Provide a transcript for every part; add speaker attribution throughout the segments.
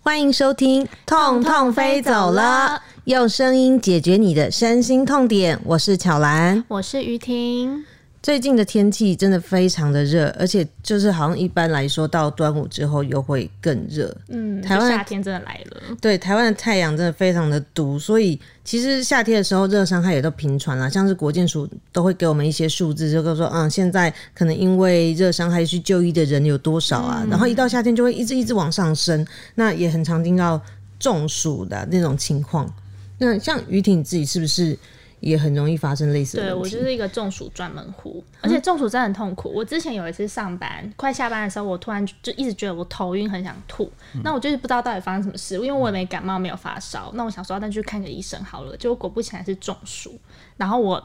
Speaker 1: 欢迎收听《痛痛飞走了》，用声音解决你的身心痛点。我是巧兰。
Speaker 2: 我是于婷，
Speaker 1: 最近的天气真的非常的热，而且就是好像一般来说到端午之后又会更热。
Speaker 2: 嗯，
Speaker 1: 台湾
Speaker 2: 就夏天真的来了，
Speaker 1: 对，台湾的太阳真的非常的毒，所以其实夏天的时候热伤害也都频传啦，像是国健署都会给我们一些数字，就跟说，嗯，现在可能因为热伤害去就医的人有多少啊，然后一到夏天就会一直一直往上升，那也很常听到中暑的那种情况。那像于婷你自己是不是也很容易发生类似的
Speaker 2: 对
Speaker 1: 问
Speaker 2: 我
Speaker 1: 题？嗯
Speaker 2: 就是一个中暑专门户，而且中暑真的很痛苦。我之前有一次上班快下班的时候，我突然就一直觉得我头晕，很想吐。
Speaker 1: 嗯
Speaker 2: 那我就是不知道到底发生什么事，因为我也没感冒，没有发烧。那我想说，那就去看个医生好了。结果果不其然是中暑。然后我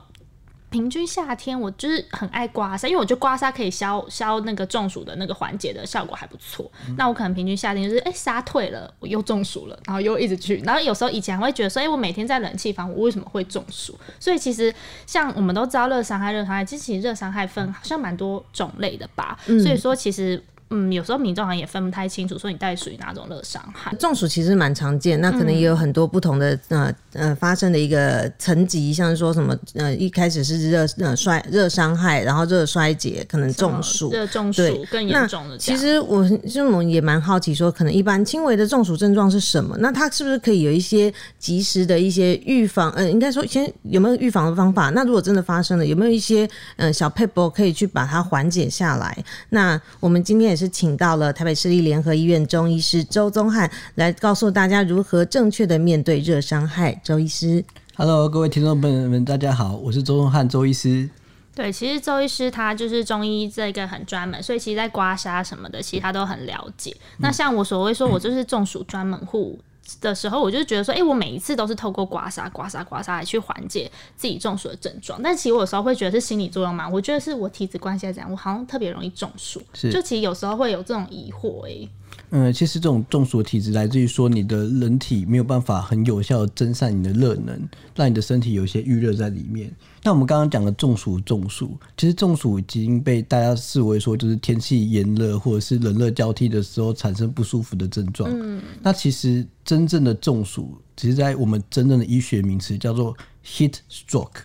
Speaker 2: 平均夏天我就是很爱刮痧，因为我觉得刮痧可以消消那个中暑的那个环节的效果还不错。
Speaker 1: 嗯
Speaker 2: 那我可能平均夏天就是哎痧、退了，我又中暑了，然后又一直去，然后有时候以前还会觉得说，哎、我每天在冷气房，我为什么会中暑？所以其实像我们都知道热伤害，热伤害，其实热伤害分好像蛮多种类的吧。所以说其实。嗯，有时候民众好像也分不太清楚，说你到底属于哪种热伤害。
Speaker 1: 中暑其实蛮常见，那可能也有很多不同的、呃呃发生的一个层级，像是说什么呃一开始是热呃衰热伤害，然后热衰竭，可能中暑。
Speaker 2: 热呃中
Speaker 1: 对
Speaker 2: 暑更严重的这
Speaker 1: 其
Speaker 2: 样，
Speaker 1: 实我就我也蛮好奇，说可能一般轻微的中暑症状是什么？那它是不是可以有一些及时的一些预防？嗯、应该说先有没有预防的方法？那如果真的发生了，有没有一些嗯、呃小 p e p 可以去把它缓解下来？那我们今天也是请到了台北市立联合医院中医师周宗汉来告诉大家如何正确的面对热伤害。周医师，
Speaker 3: Hello，各位听众朋友们，大家好，我是周宗汉周医师。
Speaker 2: 对，其实周医师他就是中医这个很专门，所以其实在刮痧什么的，其实他都很了解。那
Speaker 1: 嗯
Speaker 2: 像我所谓说我就是中暑专门户。的时候，我就觉得说，哎、我每一次都是透过刮痧、刮痧、刮痧来去缓解自己中暑的症状。但其实我有时候会觉得是心理作用嘛，我觉得是我体质关系还是怎样，我好像特别容易中暑。
Speaker 3: 是
Speaker 2: 就其实有时候会有这种疑惑、诶。
Speaker 3: 嗯，其实这种中暑的体质来自于说你的人体没有办法很有效的蒸散你的热能，让你的身体有一些预热在里面。那我们刚刚讲的中暑，中暑其实中暑已经被大家视为说就是天气炎热或者是冷热交替的时候产生不舒服的症状。嗯，那其实真正的中暑，其实在我们真正的医学名词叫做 heat stroke。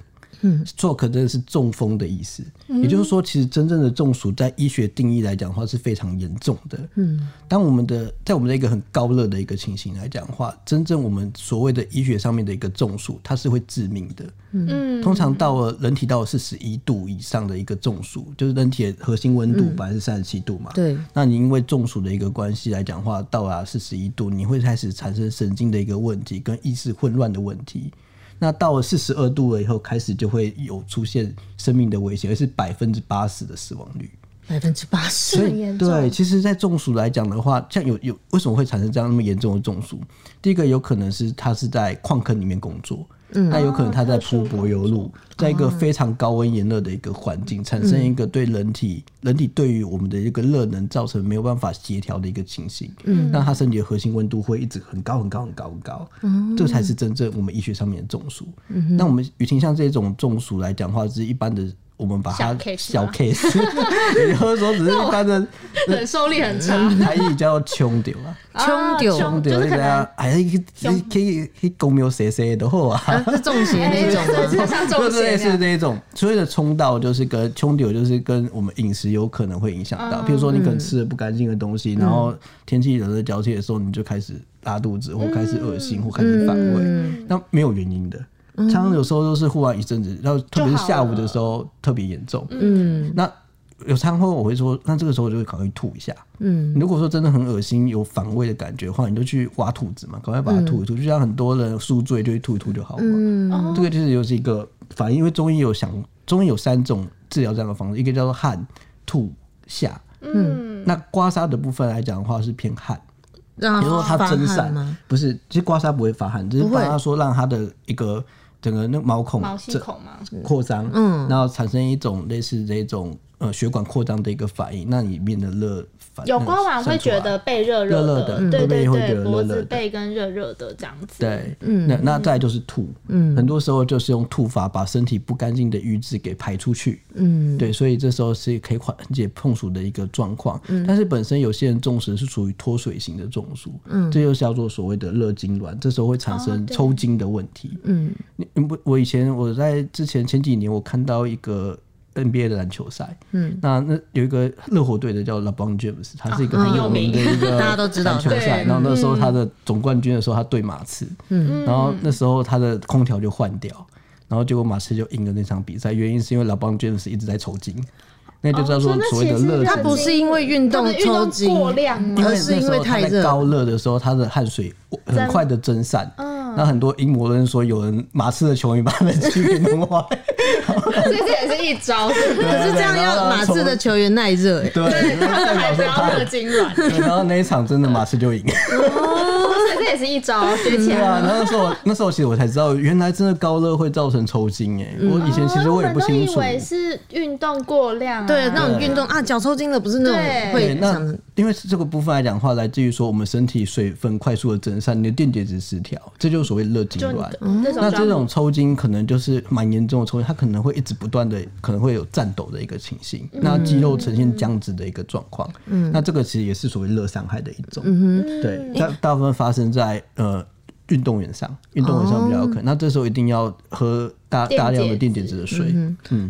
Speaker 3: stroke 嗯真的是中风的意思，也就是说，其实真正的中暑在医学定义来讲的话是非常严重的。嗯，当我们的在我们的一个很高热的一个情形来讲的话，真正我们所谓的医学上面的一个中暑，它是会致命的。嗯，通常到了人体到了四十一度以上的一个中暑，就是人体的核心温度本来是三十七度嘛，
Speaker 1: 对，
Speaker 3: 那你因为中暑的一个关系来讲的话，到达四十一度，你会开始产生神经的一个问题跟意识混乱的问题。那到了四十二度了以后，开始就会有出现生命的危险，而是百分之八十的死亡率。
Speaker 1: 百分之八十，
Speaker 3: 所以对，其实，在中暑来讲的话，像有有为什么会产生这样那么严重的中暑？第一个有可能是他是在矿坑里面工作，那有可能他在铺柏油路，在一个非常高温炎热的一个环境，产生一个对人体、人体对于我们的一个热能造成没有办法协调的一个情形，嗯，那他身体的核心温度会一直很高很高很高很高，这才是真正我们医学上面的中暑。那我们与其像这种中暑来讲的话，是一般的。我们把它
Speaker 2: 小 case
Speaker 3: 啊小
Speaker 2: 吗
Speaker 3: case，也 就是说只是一般的
Speaker 2: 忍受力 很差，
Speaker 3: 台语叫做冲掉啊，
Speaker 1: 冲
Speaker 2: 啊
Speaker 1: 掉
Speaker 2: 冲 就
Speaker 3: 对
Speaker 2: 是可能
Speaker 3: 啊，还是去去去公庙踅踅的好啊，
Speaker 1: 是中邪那种吗？
Speaker 2: 哎就像中
Speaker 3: 就是
Speaker 2: 邪
Speaker 3: 类
Speaker 2: 那
Speaker 3: 似
Speaker 2: 样。
Speaker 3: 这一种。所谓的冲到就是跟冲掉，就是跟我们饮食有可能会影响
Speaker 2: 啊
Speaker 3: 到，譬如说你可能吃了不干净的东西，
Speaker 2: 嗯
Speaker 3: 然后天气冷热交替的时候，你就开始拉肚
Speaker 2: 嗯
Speaker 3: 子，或开始恶心，或开始反胃，那没有原因的。
Speaker 2: 嗯
Speaker 3: 常常有时候都是忽然一阵子，然后特别是下午的时候特别严重。嗯，那有常会我会说，那这个时候我就会考虑吐一下。嗯，如果说真的很恶心、有反胃的感觉的话，你就去挖兔子嘛，赶快把它吐一吐。
Speaker 1: 嗯
Speaker 3: 就像很多人宿醉就去吐一吐就好了嘛。
Speaker 2: 哦
Speaker 3: 这个就是又是一个反应，因为中医有想，中医有三种治疗这样的方式，一个叫做汗、吐、下。嗯，那刮痧的部分来讲的话是偏汗，
Speaker 1: 让
Speaker 3: 比如说它
Speaker 1: 啊发
Speaker 3: 蒸
Speaker 1: 汗
Speaker 3: 散
Speaker 1: 吗？，
Speaker 3: 不是，其实刮痧不会发汗，只是
Speaker 1: 不会
Speaker 3: 帮他说让他的一个整个那个毛孔
Speaker 2: 毛细
Speaker 3: 这
Speaker 2: 孔嘛，
Speaker 3: 扩张，嗯，然后产生一种类似这种呃血管扩张的一个反应，那里面的热反
Speaker 2: 有刮完会觉得背热
Speaker 3: 嗯热热
Speaker 2: 的，
Speaker 3: 的嗯
Speaker 2: 对对
Speaker 3: 会
Speaker 2: 对，
Speaker 3: 觉得
Speaker 2: 脖
Speaker 3: 热热
Speaker 2: 子
Speaker 3: 的
Speaker 2: 背跟热热的这样子。
Speaker 3: 对，嗯，那那再来就是吐，嗯，很多时候就是用吐法把身体不干净的瘀滞给排出去，嗯，对，所以这时候是可以缓解痛暑的一个状况。但是本身有些人中暑是属于脱水型的中暑，嗯，这就是叫做所谓的热痉挛，这时候会产
Speaker 2: 哦
Speaker 3: 生
Speaker 2: 对
Speaker 3: 抽筋的问题。嗯，你不，我以前我在之前前几年我看到一个。NBA 的篮球赛，嗯，那那有一个热火队的叫 LeBron James，他是一个
Speaker 2: 哦
Speaker 3: 很
Speaker 2: 很
Speaker 3: 有
Speaker 2: 有
Speaker 3: 名的一个
Speaker 1: 大家都知道嗯
Speaker 3: 呃篮球
Speaker 1: 他
Speaker 3: 赛，
Speaker 2: 对
Speaker 3: 然后那时候他的总冠军的时候，他对马刺，嗯，然后那时候他的空调就换掉，然后结果马刺就赢了那场比赛，原因是因为老邦 James 一直在抽筋，那就叫做
Speaker 2: 哦真的
Speaker 3: 所谓的
Speaker 2: 其实
Speaker 3: 热
Speaker 2: 热
Speaker 1: 他
Speaker 3: 身
Speaker 1: 不是因为运动
Speaker 2: 他们运
Speaker 1: 抽
Speaker 2: 动
Speaker 1: 筋
Speaker 2: 过量吗
Speaker 3: 因
Speaker 1: 而
Speaker 3: 为
Speaker 1: 是
Speaker 3: 那
Speaker 1: 因
Speaker 3: 时
Speaker 1: 为
Speaker 3: 候他
Speaker 1: 太
Speaker 3: 在
Speaker 1: 热。
Speaker 3: 高热的时候，他的汗水呃很快的蒸散。
Speaker 1: 嗯
Speaker 3: 那很多阴谋论说有人马刺的球迷把冷气给弄坏，
Speaker 2: 所以这也是一 招，
Speaker 1: 可是这样要马刺的球员耐热、欸，
Speaker 3: 对，然后
Speaker 2: 他
Speaker 3: 代
Speaker 2: 们还
Speaker 3: 表
Speaker 2: 不
Speaker 3: 说
Speaker 2: 要
Speaker 3: 他
Speaker 2: 热痉挛，所
Speaker 3: 对，然后那一场真的马刺就赢。
Speaker 2: 以这也是一招，学起
Speaker 3: 对
Speaker 2: 来。
Speaker 3: 啊，然后那时候我那时候其实我才知道，原来真的高热会造成抽筋哎、我以前其实我也不清
Speaker 2: 嗯哦
Speaker 3: 楚。
Speaker 2: 我们都以为是运动过量、啊，
Speaker 1: 对那种运动啊，脚抽筋了不是那种
Speaker 2: 对
Speaker 1: 会常
Speaker 3: 对，那嗯
Speaker 1: 常
Speaker 3: 因为这个部分来讲的话，来自于说我们身体水分快速的蒸散，你的电解质失调，这就是所谓热痉
Speaker 2: 就你嗯
Speaker 3: 挛
Speaker 2: 的。那种
Speaker 3: 那这
Speaker 2: 就
Speaker 3: 种抽筋可能就是蛮严重的抽筋，它可能会一直不断的，可能会有颤抖的一个情形，那肌肉呈现僵直的一个状况。嗯，那这个其实也是所谓热伤害的一种。嗯对，大大部分发生在呃运动员上，运动员上比较有可能。那这时候一定要喝大
Speaker 2: 电解
Speaker 3: 大量的
Speaker 2: 质
Speaker 3: 哦电解嗯质的水。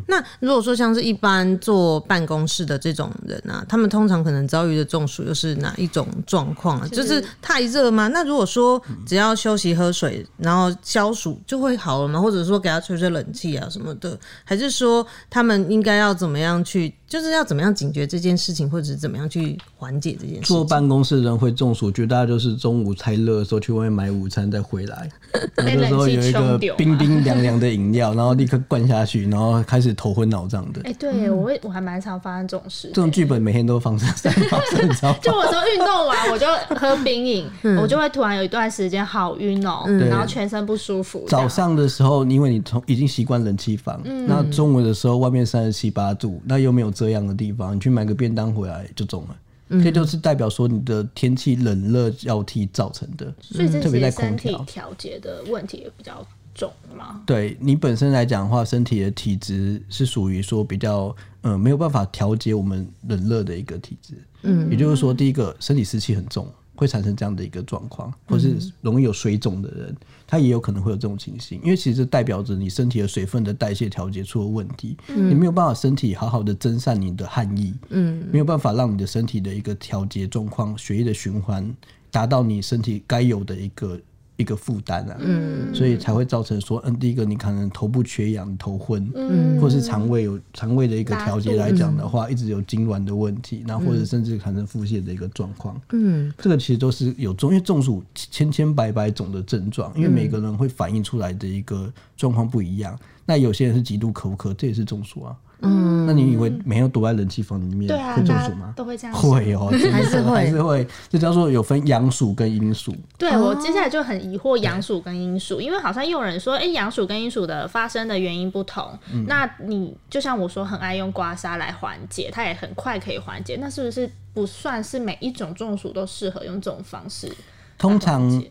Speaker 1: 那如果说像是一般坐办公室的这种人啊，他们通常可能遭遇的中暑又是哪一种状况啊？就是太热吗？那如果说
Speaker 3: 嗯
Speaker 1: 只要休息喝水，然后消暑就会好了吗？或者说给他吹吹冷气啊什么的？还是说他们应该要怎么样去，就是要怎么样警觉这件事情，或者是怎么样去缓解这件事
Speaker 3: 坐
Speaker 1: 情？
Speaker 3: 办公室的人会中暑，绝大就是中午太热的时候去外面买午餐再回 来，然后这时候有一个冰 冰凉凉的饮料，然后立刻灌下去，然后开始头昏脑胀的
Speaker 2: 哎、。对耶我会我还蛮常发生这种事的。
Speaker 3: 嗯这种剧本每天都 发生在发生，你知道吗？
Speaker 2: 就我说运动完，我就喝冰饮，我就会突然有一段时间好晕哦、然后全身不舒服。这
Speaker 3: 早
Speaker 2: 样
Speaker 3: 上的时候，因为你从已经习惯冷气房，那中午的时候外面三十七八度，那又没有遮阳的地方，你去买个便当回来就中了。这就是代表说你的天气冷热交替造成的，
Speaker 2: 所以这
Speaker 3: 嗯特别
Speaker 2: 些
Speaker 3: 在空
Speaker 2: 身体
Speaker 3: 调。
Speaker 2: 调节的问题也比较重嘛。
Speaker 3: 对你本身来讲的话，身体的体质是属于说比较，嗯、没有办法调节我们冷热的一个体质。嗯，也就是说，第一个身体湿气很重，会产生这样的一个状况，或是容易有水肿的人，他也有可能会有这种情形，因为其实这代表着你身体的水分的代谢调节出了问题，你没有办法身体好好的蒸散你的汗液，嗯，没有办法让你的身体的一个调节状况，血液的循环达到你身体该有的一个一个负担啊，嗯，所以才会造成说，嗯，第一个你可能头部缺氧、头昏，嗯，或是肠胃有肠胃的一个调节来讲的话，一直有痉挛的问题，然后或者甚至产生腹泻的一个状况，嗯，这个其实都是有中，因为中暑千千百百种的症状，因为每个人会反映出来的一个状况不一样，那有些人是极度口渴，这也是中暑啊。嗯，那你以为每天都躲在冷气房里面
Speaker 2: 对啊
Speaker 3: 会，中
Speaker 2: 大
Speaker 3: 暑
Speaker 2: 家
Speaker 3: 吗？
Speaker 2: 都会这样。
Speaker 3: 会哦，真的
Speaker 1: 还是会
Speaker 3: 还是会，这叫做有分阳暑跟阴暑。
Speaker 2: 对我接
Speaker 3: 哦
Speaker 2: 下来就很疑惑阳暑跟阴暑，因为好像又有人说，哎、阳暑跟阴暑的发生的原因不同。
Speaker 3: 嗯
Speaker 2: 那你就像我说，很爱用刮痧来缓解，它也很快可以缓解。那是不是不算是每一种中暑都适合用这种方式？
Speaker 3: 通常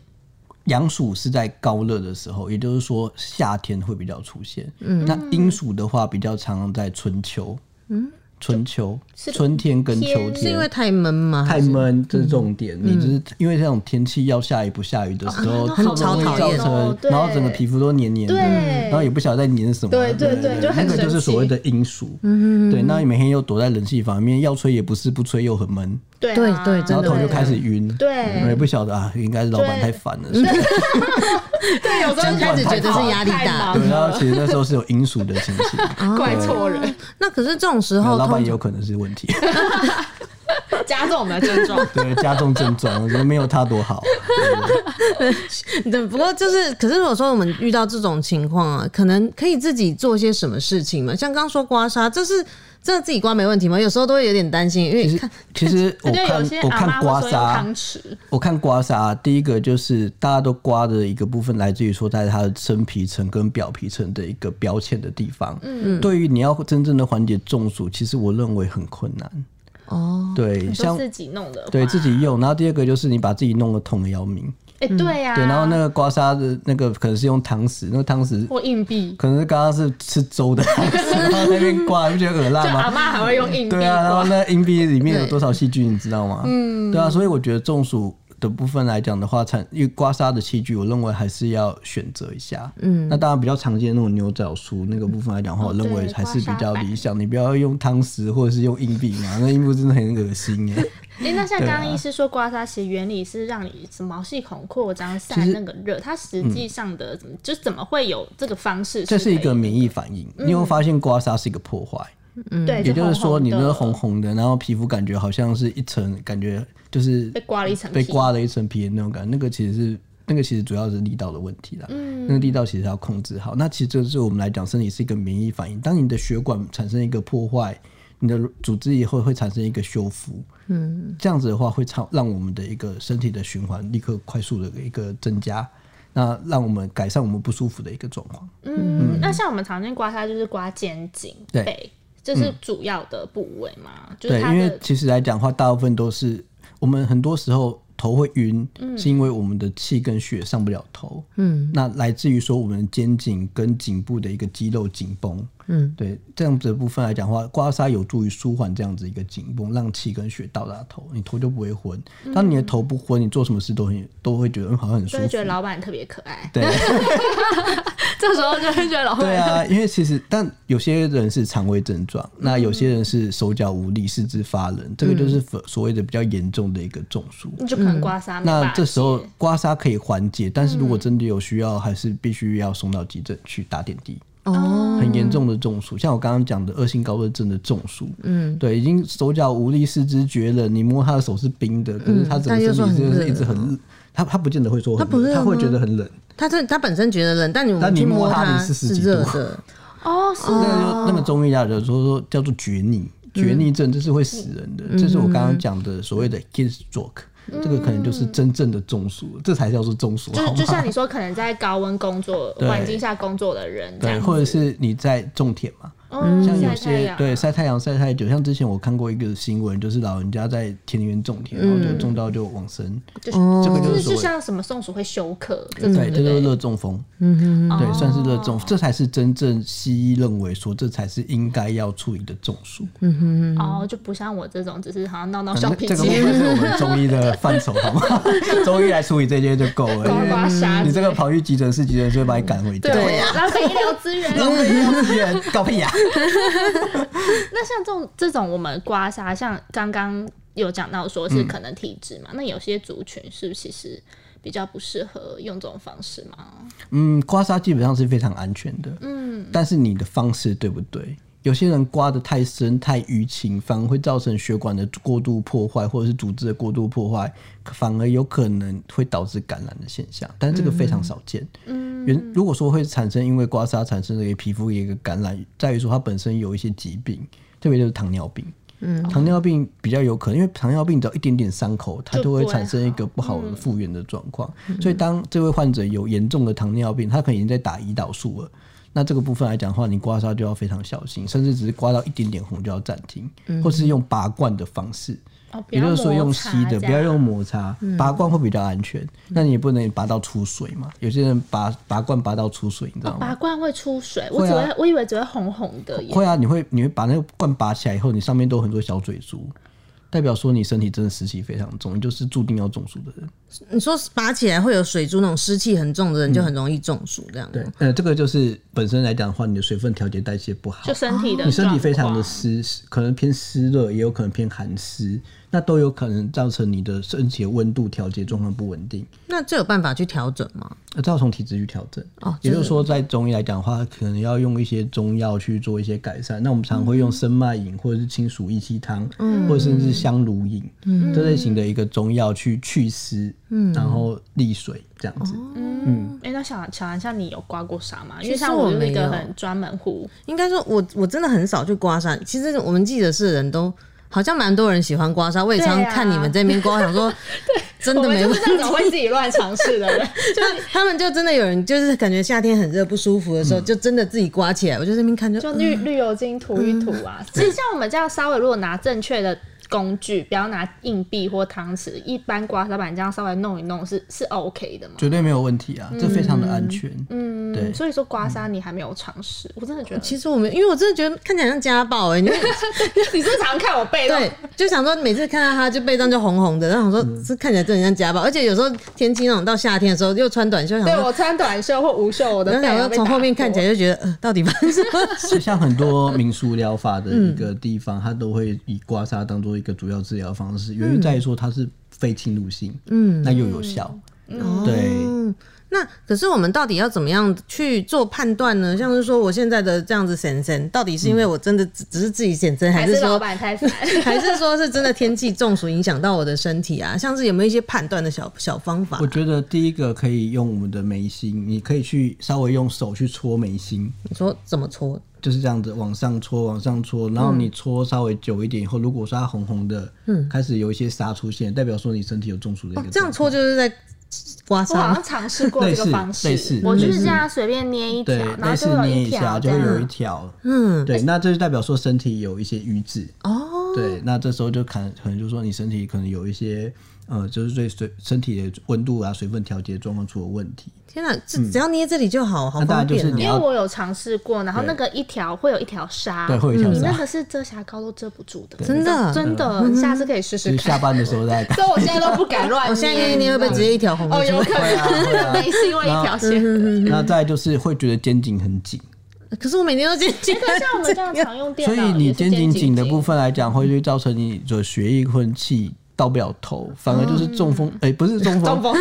Speaker 3: 阳暑是在高热的时候，也就是说夏天会比较出现。嗯，那阴暑的话比较常在春秋。嗯，春秋、
Speaker 2: 是
Speaker 3: 春天跟秋
Speaker 2: 天
Speaker 1: 是因为
Speaker 3: 天。
Speaker 1: 太闷吗？
Speaker 3: 太闷，这是
Speaker 2: 嗯
Speaker 3: 重点。你就是因为这种天气要下雨不下雨的时候，
Speaker 2: 哦那好
Speaker 3: 容易
Speaker 1: 讨
Speaker 3: 造
Speaker 1: 厌
Speaker 2: 哦
Speaker 3: 成，然后整个
Speaker 2: 对
Speaker 3: 皮肤都黏黏的，
Speaker 2: 对
Speaker 3: 嗯然后也不晓得在黏什么。
Speaker 2: 对对对就很嗯
Speaker 3: 那个就是
Speaker 2: 神奇
Speaker 3: 所谓的阴暑。对，那你每天又躲在冷气房里面，要吹也不是，不吹又很闷，
Speaker 2: 对
Speaker 1: 对
Speaker 2: 啊
Speaker 1: 对真
Speaker 3: 然后
Speaker 1: 的
Speaker 3: 头就开始晕。
Speaker 2: 对
Speaker 3: 我也不晓得啊，应该是老板
Speaker 2: 对
Speaker 3: 太烦 了。是不是
Speaker 2: 对，有时候
Speaker 1: 就开始觉得是压力
Speaker 2: 哦
Speaker 1: 大
Speaker 3: 对，然后其实那时候是有阴暑的 情形，
Speaker 2: 啊怪错人。
Speaker 3: 哦
Speaker 1: 那可是这种时
Speaker 3: 然后
Speaker 1: 候，
Speaker 3: 老板
Speaker 1: 通
Speaker 3: 也有可能是问题。
Speaker 2: 加重我们的症状。
Speaker 3: 对，加重症状，我觉得没有他多好。
Speaker 1: 对，不过就是，可是如果说我们遇到这种情况啊，可能可以自己做些什么事情嘛？像刚说刮痧，这是真的自己刮没问题吗？有时候都会有点担心，因
Speaker 3: 其
Speaker 1: 为
Speaker 3: 实，其实 我
Speaker 2: 我觉得有
Speaker 3: 看
Speaker 2: 些
Speaker 3: 我
Speaker 2: 阿妈
Speaker 3: 看
Speaker 2: 会
Speaker 3: 刮
Speaker 2: 说用
Speaker 3: 痧
Speaker 2: 汤，匙，
Speaker 3: 我看刮痧，第一个就是大家都刮的一个部分来自于说在它的真皮层跟表皮层的一个标签的地方。嗯，对于你要真正的缓解中暑，其实我认为很困难。
Speaker 1: 哦，
Speaker 3: 对，
Speaker 2: 你
Speaker 3: 像
Speaker 2: 说自己弄的话，
Speaker 3: 对自己用，然后第二个就是你把自己弄得痛得要命。
Speaker 2: 哎、对呀、
Speaker 3: 对，然后那个刮痧的那个可能是用汤匙，那个汤匙
Speaker 2: 或硬币，
Speaker 3: 可能是刚刚是吃粥的汤匙，然后在那边刮，你不觉得很辣
Speaker 2: 就
Speaker 3: 吗
Speaker 2: 阿？妈还会用硬币
Speaker 3: 对啊，然后
Speaker 2: 刮。
Speaker 3: 那硬币里面有多少细菌，你知道吗？嗯，对啊，所以我觉得中暑的部分来讲的话，产因为刮痧的器具，我认为还是要选择一下。嗯，那当然比较常见的那种牛角梳那个部分来讲的话，
Speaker 2: 哦
Speaker 3: 我认为
Speaker 2: 对
Speaker 3: 还是比
Speaker 2: 刮痧
Speaker 3: 较
Speaker 2: 板
Speaker 3: 理想。你不要用汤匙或者是用硬币嘛，那硬币真的很恶心 哎。
Speaker 2: 哎、那像刚刚
Speaker 3: 对啊
Speaker 2: 医师说刮痧，其实原理是让你什么毛细孔扩张
Speaker 3: 其
Speaker 2: 散
Speaker 3: 实
Speaker 2: 那个热，它实际上的怎么、就怎么会有这个方式？
Speaker 3: 这是一个
Speaker 2: 可以
Speaker 3: 免疫反应，你有没有发现刮痧是一个破坏？
Speaker 2: 对，
Speaker 3: 也就是说，你那
Speaker 2: 嗯的
Speaker 3: 个红红的，然后皮肤感觉好像是一层，感觉就是
Speaker 2: 被刮了一层
Speaker 3: 被
Speaker 2: 皮
Speaker 3: 刮了一层皮的那种感觉。那个其实是那个其实主要是力道的问题啦。嗯，那个力道其实要控制好。那其实这是我们来讲，身体是一个免疫反应。当你的血管产生一个破坏，你的组织以后会产生一个修复。嗯，这样子的话会超让我们的一个身体的循环立刻快速的一个增加，那让我们改善我们不舒服的一个状况。
Speaker 2: 嗯，那像我们常见刮痧就是刮肩颈、
Speaker 3: 对嗯
Speaker 2: 背，这是主要的部位嘛？就是
Speaker 3: 对，
Speaker 2: 它
Speaker 3: 因为
Speaker 2: 的
Speaker 3: 其实来讲的话，大部分都是我们很多时候头会晕，
Speaker 2: 嗯
Speaker 3: 是因为我们的气跟血上不了头。嗯，那来自于说我们肩颈跟颈部的一个肌肉紧绷。嗯，对，这样子的部分来讲的话，刮痧有助于舒缓这样子一个紧绷，让气跟血到达头，你头就不会昏。
Speaker 2: 嗯
Speaker 3: 当你的头不昏，你做什么事都很都会觉得嗯好像很
Speaker 2: 就
Speaker 3: 舒服
Speaker 2: 会。觉得老板特别可爱，
Speaker 3: 对。
Speaker 2: 这时候就会觉得老板
Speaker 3: 对啊，因为其实但有些人是肠胃症状，那有些人是手脚无力、四肢发冷，这个就是所所谓的比较严重的一个中暑。
Speaker 2: 你就可能刮痧、没办
Speaker 3: 嗯那
Speaker 2: 法
Speaker 3: 这时候
Speaker 2: 嗯解
Speaker 3: 刮痧可以缓解，但是如果真的有需要，还是必须要送到急诊去打点滴。
Speaker 1: 哦，
Speaker 3: 很严重的中暑，像我刚刚讲的恶性高热症的中暑，嗯，对，已经手脚无力、四肢厥冷，你摸他的手是冰的，可是他整
Speaker 1: 他
Speaker 3: 个
Speaker 1: 就说
Speaker 3: 身体
Speaker 1: 很
Speaker 3: 就
Speaker 1: 热
Speaker 3: 是一直很热，他他不见得会说很
Speaker 1: 他不
Speaker 3: 冷，
Speaker 1: 热
Speaker 3: 他会
Speaker 1: 吗
Speaker 3: 觉得很冷，
Speaker 1: 他这他本身觉得冷，但你我
Speaker 3: 但
Speaker 1: 们去
Speaker 3: 你摸它
Speaker 1: 它
Speaker 3: 你是十
Speaker 1: 是
Speaker 3: 几
Speaker 1: 热
Speaker 3: 度
Speaker 1: 的，
Speaker 2: 哦，嗯是
Speaker 3: 那个就那个中医啊，有时候说叫做绝逆，绝逆症，这是会死人的，
Speaker 2: 嗯
Speaker 3: 这是我刚刚讲的所谓的 heat stroke，、这个可能就是真正的中暑，这才叫做中暑，
Speaker 2: 就
Speaker 3: 好
Speaker 2: 是
Speaker 3: 吗
Speaker 2: 就像你说，可能在高温工作
Speaker 3: 对
Speaker 2: 环境下工作的人这
Speaker 3: 对，
Speaker 2: 样，
Speaker 3: 或者是你在种田嘛，
Speaker 2: 嗯，
Speaker 3: 像有
Speaker 2: 晒太
Speaker 3: 些
Speaker 2: 阳
Speaker 3: 对晒太阳晒太久，像之前我看过一个新闻，就是老人家在田里面种田，然后就种到就往生，
Speaker 2: 就是
Speaker 3: 这个
Speaker 2: 嗯哦
Speaker 3: 就
Speaker 2: 就是是
Speaker 3: 所
Speaker 2: 就
Speaker 3: 谓。
Speaker 2: 像什么松鼠会休克，
Speaker 3: 对，这就是
Speaker 2: 对
Speaker 3: 热中风，嗯对，算是热
Speaker 2: 哦
Speaker 3: 中，这才是真正西医认为说，这才是应该要处理的中暑。
Speaker 2: 哦，就不像我这种只是好像闹闹
Speaker 3: 嗯
Speaker 2: 哦小
Speaker 3: 那
Speaker 2: 脾
Speaker 3: 嗯这个部
Speaker 2: 气，
Speaker 3: 分是我们中医的范畴， 好吗？中医来处理这些就够了，
Speaker 2: 刮
Speaker 3: 因
Speaker 2: 刮
Speaker 3: 为
Speaker 2: 痧，
Speaker 3: 你这个跑去急诊室，急诊室会把你赶回 家。
Speaker 2: 对，浪费医疗资源，
Speaker 3: 浪费医疗资源，搞屁啊呀！
Speaker 2: 那像这种这种我们刮痧，像刚刚有讲到说
Speaker 3: 嗯
Speaker 2: 是可能体质嘛，那有些族群是不是其实比较不适合用这种方式嘛？
Speaker 3: 嗯，刮痧基本上是非常安全的，嗯，但是你的方式对不对？有些人刮得太深、太淤青，反而会造成血管的过度破坏，或者是组织的过度破坏，反而有可能会导致感染的现象。但是这个非常少见。嗯，原如果说会产生因为刮痧产生的一个皮肤的一个感染，在于说它本身有一些疾病，特别就是糖尿病。嗯，糖尿病比较有可能，因为糖尿病只要一点点伤口，它
Speaker 2: 就
Speaker 3: 都会
Speaker 2: 不会
Speaker 3: 产生一个不啊嗯好的复原的状况。所以当这位患者有严重的糖尿病，他可能已经在打胰岛素了。那这个部分来讲的话，你刮痧就要非常小心，甚至只是刮到一点点红就要暂停，或是用拔罐的方式，
Speaker 2: 哦，不
Speaker 3: 也
Speaker 2: 要
Speaker 3: 就是说用
Speaker 2: 摩擦
Speaker 3: 吸的，
Speaker 2: 这
Speaker 3: 不要
Speaker 2: 样嗯
Speaker 3: 用摩擦，拔罐会比较安全。那你也不能拔到出水嘛，有些人拔拔罐拔到出水，你知
Speaker 2: 哦
Speaker 3: 道，吗？
Speaker 2: 拔罐会出水，我
Speaker 3: 会
Speaker 2: 只
Speaker 3: 啊
Speaker 2: 会我以为只会红红的耶，
Speaker 3: 会啊，你会你会把那个罐拔起来以后，你上面都有很多小嘴珠，代表说你身体真的湿气非常重，你就是注定要中暑的人。
Speaker 1: 你说拔起来会有水珠那种湿气很重的人，就很容易中暑这样。
Speaker 3: 嗯对，呃，这个就是本身来讲的话，你的水分调节代谢不好，
Speaker 2: 就身体的
Speaker 3: 你身体非常
Speaker 2: 状
Speaker 3: 的
Speaker 2: 况
Speaker 3: 湿，可能偏湿热，也有可能偏寒湿，那都有可能造成你的身体的温度调节状况不稳定，
Speaker 1: 那这有办法去调整吗？
Speaker 3: 那呃这要从体质去调整。
Speaker 1: 哦
Speaker 3: 也就
Speaker 1: 这
Speaker 3: 是
Speaker 1: 个
Speaker 3: 说，在中医来讲的话，可能要用一
Speaker 1: 嗯
Speaker 3: 些中药去做一些改善。那我们常会用生脉饮，或者是清暑益气汤，或者甚至香如饮、
Speaker 1: 嗯
Speaker 3: 这类型的一个中药去祛湿，然后利水这样子。
Speaker 1: 哦
Speaker 2: 嗯，哎、那小小兰，像你有刮过痧吗？因为
Speaker 1: 其实
Speaker 2: 像我就是一
Speaker 1: 我
Speaker 2: 个
Speaker 1: 没有
Speaker 2: 很专门户，
Speaker 1: 应该说我我真的很少去刮痧。其实我们记者室的人都好像蛮多人喜欢刮痧，我也常
Speaker 2: 对啊
Speaker 1: 看你们这边刮，想 说真
Speaker 2: 我
Speaker 1: 的
Speaker 2: 们
Speaker 1: 没
Speaker 2: 就
Speaker 1: 问
Speaker 2: 是
Speaker 1: 题。
Speaker 2: 那种会自己乱尝试的人。
Speaker 1: 他们就真的有人就是感觉夏天很热不舒服的时候，就真的自己刮起来。我就在那边看就，
Speaker 2: 就绿绿油精涂一涂啊。其实像我们这样稍微，如果拿正确的工具，不要拿硬币或汤匙，一般刮痧板这样稍微弄一弄是是 OK 的嘛。
Speaker 3: 绝对没有问题啊，这非常的安全。嗯，对
Speaker 2: 嗯，，所以说刮痧你还没有尝试，我真的觉得，
Speaker 1: 其实我们因为我真的觉得看起来像家暴哎、你就
Speaker 2: 你是不是常看我背
Speaker 1: 对
Speaker 2: 对，
Speaker 1: 就想说每次看到他就背上就红红的，然后想说这看起来真的很像家暴，而且有时候天气那种到夏天的时候又穿短袖，想
Speaker 2: 对
Speaker 1: 说
Speaker 2: 我穿短袖或无袖，我的
Speaker 1: 然后
Speaker 2: 背
Speaker 1: 想
Speaker 2: 啊
Speaker 1: 说
Speaker 2: 被
Speaker 1: 从
Speaker 2: 打
Speaker 1: 后面看起来
Speaker 2: 过
Speaker 1: 就觉得呃到底发生什么 事？
Speaker 3: 就像很多民俗疗法的
Speaker 1: 嗯
Speaker 3: 一个地方，它都会以刮痧当做一个主要治疗方式，
Speaker 1: 嗯
Speaker 3: 源于在于说它是非侵入性，嗯，那又有效，对。
Speaker 1: 嗯，那可是我们到底要怎么样去做判断呢？像是说我现在的这样子显身，到底是因为我真的只只是自己显身，还
Speaker 2: 还
Speaker 1: 是
Speaker 2: 是老
Speaker 1: 说
Speaker 2: 板太烦。
Speaker 1: 还是说是真的天气中暑影响到我的身体啊？像是有没有一些判断的小小方法
Speaker 3: 我？觉得第一个可以用我们的眉心，你可以去稍微用手去搓眉心，
Speaker 1: 你说怎么搓？
Speaker 3: 就是这样子往上搓，往上搓，然后你搓稍微久一点以后，如果说它红红的，嗯，开始有一些沙出现，代表说你身体有中暑的一个、
Speaker 1: 哦这样搓。就是在刮
Speaker 2: 我好
Speaker 1: 痧
Speaker 2: 像。尝试过
Speaker 3: 类
Speaker 2: 这
Speaker 3: 似
Speaker 2: 个方式
Speaker 3: 类似，
Speaker 2: 我就
Speaker 3: 类
Speaker 2: 是
Speaker 3: 似
Speaker 2: 这样随便捏一条
Speaker 3: 对，，
Speaker 2: 然后就
Speaker 3: 类似
Speaker 2: 会有
Speaker 3: 捏
Speaker 2: 一
Speaker 3: 一下
Speaker 2: 条这
Speaker 3: 就会有一
Speaker 2: 样。
Speaker 3: 条，
Speaker 1: 嗯，
Speaker 3: 对，那这就代表说身体有一些瘀滞，
Speaker 1: 哦，
Speaker 3: 对，那这时候就可能可能就说你身体可能有一些呃，就是对水身体的温度啊、水分调节状况出了问题，
Speaker 1: 天哪，这只要捏这里就好，好
Speaker 3: 嗯那
Speaker 1: 方
Speaker 3: 当然就是
Speaker 1: 便
Speaker 3: 你
Speaker 1: 啊！
Speaker 2: 因
Speaker 3: 要
Speaker 2: 为我有尝试过，然后
Speaker 3: 对
Speaker 2: 那个一条会有一条纱，
Speaker 3: 对，会有一条
Speaker 2: 你啊嗯那
Speaker 3: 沙。
Speaker 2: 个是遮瑕膏都遮不住的，
Speaker 1: 真的嗯
Speaker 2: 真的，下次可以试试
Speaker 3: 就是
Speaker 2: 看。
Speaker 3: 下班的时候再改。
Speaker 2: 所以我现在都不敢乱 捏。
Speaker 1: 我现在捏一捏会不会直接一条红
Speaker 2: 哦，
Speaker 1: 的
Speaker 2: 有
Speaker 1: 出
Speaker 2: 可
Speaker 1: 来？
Speaker 3: 会啊
Speaker 2: 能，
Speaker 3: 会 啊嗯
Speaker 2: 没事，因为一条线。
Speaker 3: 那再来就是会觉得肩颈很紧，
Speaker 1: 可是我每天都肩颈
Speaker 2: 对，像我们这样常用电
Speaker 3: 所
Speaker 2: 脑，
Speaker 3: 以你
Speaker 2: 也是
Speaker 3: 肩
Speaker 2: 肩
Speaker 3: 颈紧的部
Speaker 2: 部分，
Speaker 3: 分来讲，会去造成你的血液混气到不了头，反而就是中风，哎、不是嗯 中风，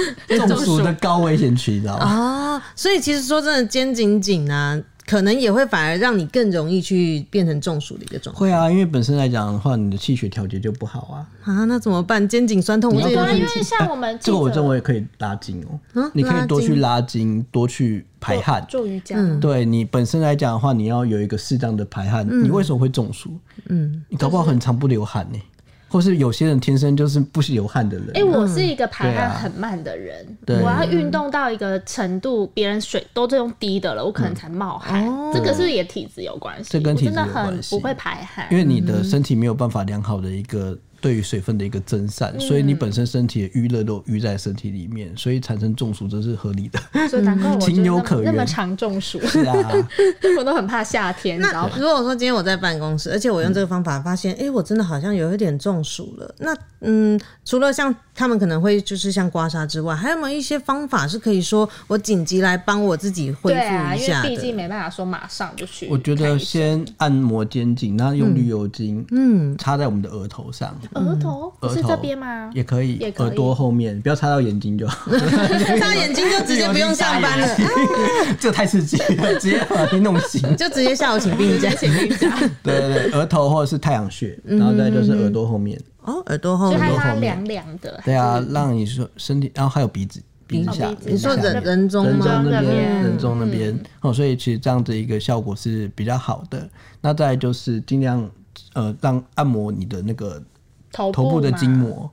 Speaker 3: 中暑的高危险区，你知道
Speaker 2: 哦
Speaker 3: 吗？
Speaker 1: 啊，所以其实说真的，肩颈紧啊，可能也会反而让你更容易去变成中暑的一个状况
Speaker 3: 会啊，因为本身来讲的话，你的气血调节就不好啊。
Speaker 1: 啊。那怎么办？肩颈酸痛，我
Speaker 3: 你要
Speaker 1: 这
Speaker 2: 对
Speaker 1: 个
Speaker 2: 啊，
Speaker 3: 多
Speaker 2: 因
Speaker 3: 去
Speaker 2: 为像我们
Speaker 3: 这个我
Speaker 2: 记者
Speaker 3: 认为可以拉筋哦、
Speaker 1: 嗯
Speaker 3: 你可
Speaker 1: 拉
Speaker 3: 以多去
Speaker 1: 筋
Speaker 3: 拉筋，多去排汗。
Speaker 2: 做瑜伽，
Speaker 1: 嗯
Speaker 3: 对你本身来讲的话，你要有一个适当的排汗。你为什么会中暑？嗯，你搞不好很常不流汗呢、或是有些人天生就是不流汗的人。
Speaker 2: 哎、我
Speaker 1: 嗯
Speaker 2: 是一个排
Speaker 3: 对
Speaker 2: 汗
Speaker 3: 啊
Speaker 2: 很慢的人，
Speaker 3: 对
Speaker 2: 我要运动到一个程度，别人水都是用滴的了，我可能才冒汗。
Speaker 1: 哦
Speaker 2: 这个是不是也体质有关系？
Speaker 3: 嗯这跟体质
Speaker 2: 我真
Speaker 3: 有
Speaker 2: 的很
Speaker 3: 关系
Speaker 2: 不会排汗
Speaker 3: 因。为你的身体没有办法良好的一个对于水分的一个蒸散，
Speaker 1: 嗯
Speaker 3: 所以你本身身体的淤热都淤在身体里面，所以产生中暑这是合理 的。
Speaker 2: 所以难怪我就
Speaker 3: 嗯情有
Speaker 2: 那
Speaker 3: 可
Speaker 2: 么那么
Speaker 3: 原
Speaker 2: 常中暑，
Speaker 3: 是啊，
Speaker 2: 我都很怕夏天，你知道
Speaker 1: 那
Speaker 2: 吗？嗯
Speaker 1: 如果说今天我在办公室，而且我用这个方法发现，哎、我真的好像有一点中暑了。那嗯，除了像他们可能会就是像刮痧之外，还有没有一些方法是可以说我紧急来帮我自己恢
Speaker 2: 对
Speaker 1: 复
Speaker 2: 啊，
Speaker 1: 一
Speaker 2: 因
Speaker 1: 下
Speaker 2: 为
Speaker 1: 的？
Speaker 2: 毕竟没办法说马上就去看医生。
Speaker 3: 我觉得先按摩肩颈，然后用绿油精，嗯，插在我们的额头上。
Speaker 2: 额头不
Speaker 3: 嗯额
Speaker 2: 是
Speaker 3: 头
Speaker 2: 这边吗？
Speaker 3: 也可以
Speaker 2: 也，可以
Speaker 3: 耳朵后面不要插到眼睛就好，
Speaker 1: 擦眼睛就直接 不用上 班了，
Speaker 3: 这太刺激了，直接把你弄醒。
Speaker 1: 就直接下午请病 假。
Speaker 3: 对对对，额头或者是太阳穴，然后再
Speaker 1: 嗯
Speaker 3: 就是耳朵后面，
Speaker 1: 哦，耳朵后
Speaker 2: 就害
Speaker 1: 面，
Speaker 2: 怕凉凉的。
Speaker 3: 对啊，让你说身体，然后还有鼻子，鼻子下
Speaker 2: 鼻，子
Speaker 3: 鼻
Speaker 1: 你
Speaker 3: 子下
Speaker 1: 说人
Speaker 3: 面
Speaker 1: 人中
Speaker 3: 人中
Speaker 1: 吗？
Speaker 3: 那
Speaker 2: 那
Speaker 3: 边，
Speaker 2: 边嗯
Speaker 3: 人中那边，哦，所以其实这样的一个效果是比较好的。那再来就是尽量呃，让按摩你的那个
Speaker 2: 头
Speaker 3: 头部的
Speaker 2: 嘛
Speaker 3: 筋。膜，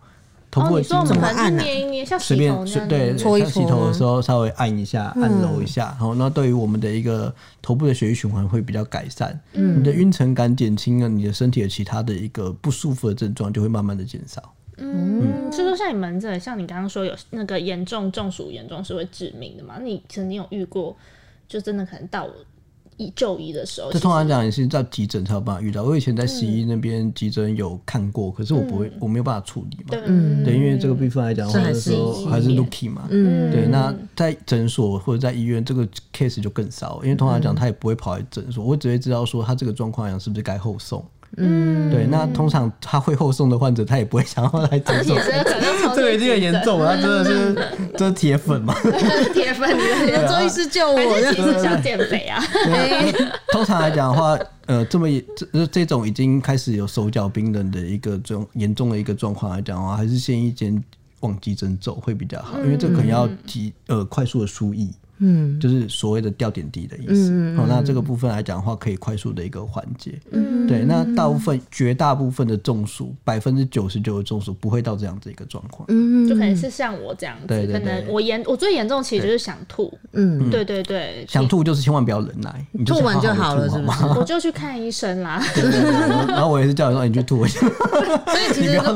Speaker 3: 头
Speaker 2: 哦，
Speaker 3: 部的
Speaker 2: 你
Speaker 3: 筋
Speaker 2: 说我
Speaker 3: 膜
Speaker 2: 们可
Speaker 1: 怎么按
Speaker 2: 能
Speaker 1: 啊
Speaker 2: 是捏一捏，像洗
Speaker 3: 随便
Speaker 2: 头那
Speaker 3: 随
Speaker 2: 样。
Speaker 3: 对，
Speaker 1: 搓一
Speaker 3: 像洗
Speaker 1: 搓
Speaker 3: 头
Speaker 1: 吗
Speaker 3: 的时候稍微按一
Speaker 2: 嗯
Speaker 3: 下，按揉一下，好，那对于我们的一个头部的血液循环会比较改善，
Speaker 2: 嗯
Speaker 3: 你的晕沉感减轻了，你的身体的其他的一个不舒服的症状就会慢慢的减少。
Speaker 2: 嗯，所以说像你们这，像你刚刚说有那个严重中暑，严重是会致命的嘛？那你曾经有遇过，就真的可能到医就医的时候，
Speaker 3: 这通常讲也是在急诊才有办法遇到。我以前在西医那边急诊有看过，可是我不会，我没有办法处理嘛。
Speaker 2: 对，嗯
Speaker 3: 嗯对，因为这个部分来讲，
Speaker 1: 这
Speaker 3: 我
Speaker 1: 还
Speaker 3: 那
Speaker 1: 是
Speaker 3: 时候还是 lucky 嘛。
Speaker 2: 嗯
Speaker 3: 对，那在诊所或者在医院，这个 case 就更少，因为通常
Speaker 2: 嗯
Speaker 3: 讲他也不会跑来诊所，我只会知道说他这个状况好像是不是该后送。
Speaker 2: 嗯，
Speaker 3: 对，那通常他会后送的患者，他也不会想要来诊所
Speaker 2: 也。是可能从
Speaker 3: 这个已经很严重啊了，他真的是 这是铁粉嘛？
Speaker 2: 铁 粉，你的
Speaker 1: 周医师救我，
Speaker 2: 其实想减肥啊，
Speaker 3: 通常来讲的话，呃，这么也这这种已经开始有手脚冰冷的一个状严重的一个状况来讲的话，还是先一间往急诊走会比较好，
Speaker 1: 嗯
Speaker 3: 因为这可能要急呃快速的输液，嗯，就是所谓的吊点滴的意
Speaker 1: 嗯
Speaker 3: 思。哦，那这个部分来讲的话，可以快速的一个缓解。嗯，对，那大部分绝大部分的中暑，百分之九十九的中暑不会到这样子一个状况。
Speaker 1: 嗯
Speaker 2: 就可能是像我这样子，
Speaker 3: 嗯对对对
Speaker 2: 可能我严我最严重其实就是想吐，嗯，对对对，
Speaker 3: 想吐就是千万不要忍耐，你就是
Speaker 1: 吐完就
Speaker 3: 好
Speaker 1: 好
Speaker 3: 地
Speaker 1: 了，
Speaker 3: 吐
Speaker 1: 是不
Speaker 3: 吗
Speaker 1: 是？？
Speaker 2: 我就去看医生啦。
Speaker 3: 然后我也是叫人说哎你去吐一下，
Speaker 1: 所以其实如果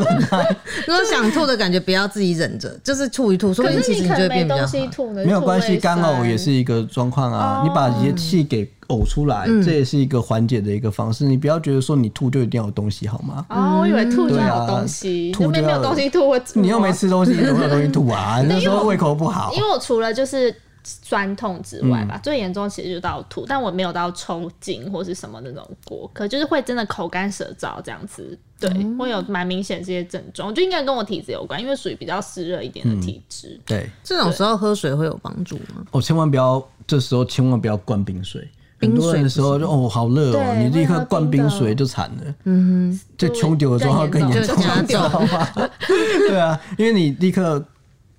Speaker 1: 如果想吐的感觉，不要自己忍着，就是吐一吐，说不
Speaker 2: 可
Speaker 1: 定
Speaker 2: 是
Speaker 1: 其实
Speaker 2: 你
Speaker 1: 你
Speaker 2: 可
Speaker 1: 就
Speaker 2: 能
Speaker 1: 会变
Speaker 2: 没
Speaker 1: 比较
Speaker 2: 东
Speaker 1: 好。
Speaker 2: 西吐呢，
Speaker 3: 没有关
Speaker 2: 吐
Speaker 3: 系，
Speaker 2: 胃
Speaker 3: 干呕
Speaker 2: 酸
Speaker 3: 也是一个状况啊。你把一些气给呕出来，
Speaker 2: 嗯
Speaker 3: 这也是一个缓解的一个方式。你不要觉得说你吐就一定要有东西，好吗？
Speaker 2: 哦，我以为吐就
Speaker 3: 对
Speaker 2: 要
Speaker 3: 啊
Speaker 2: 有东西，
Speaker 3: 吐
Speaker 2: 那边
Speaker 3: 就
Speaker 2: 没
Speaker 3: 要
Speaker 2: 有
Speaker 3: 有
Speaker 2: 东西吐，我
Speaker 3: 你又没
Speaker 2: 我
Speaker 3: 吃东西，你怎么有东西 吐啊？你那时候胃口不好
Speaker 2: 因。为我除了就是酸痛之外
Speaker 3: 嗯
Speaker 2: 吧，最严重其实就到吐，但我没有到抽筋或是什么那种过，可就是会真的口干舌燥这样子，对，
Speaker 3: 哦
Speaker 2: 会有蛮明显这些症状，我觉得应该跟我体质有关，因为属于比较湿热一点
Speaker 3: 嗯
Speaker 2: 的体质。
Speaker 3: 对，
Speaker 1: 这种时候喝水会有帮助吗？
Speaker 3: 哦，千万不要，这时候千万不要灌冰水。很多人的时候就哦好热哦，
Speaker 2: 对
Speaker 3: 你
Speaker 2: 会
Speaker 3: 立刻
Speaker 2: 喝
Speaker 3: 灌
Speaker 2: 冰
Speaker 3: 冰
Speaker 2: 的
Speaker 3: 水就惨了。嗯哼，这穷丢的状况更 严重，
Speaker 1: 就加
Speaker 3: 你知道吗？ 对啊，因为你立刻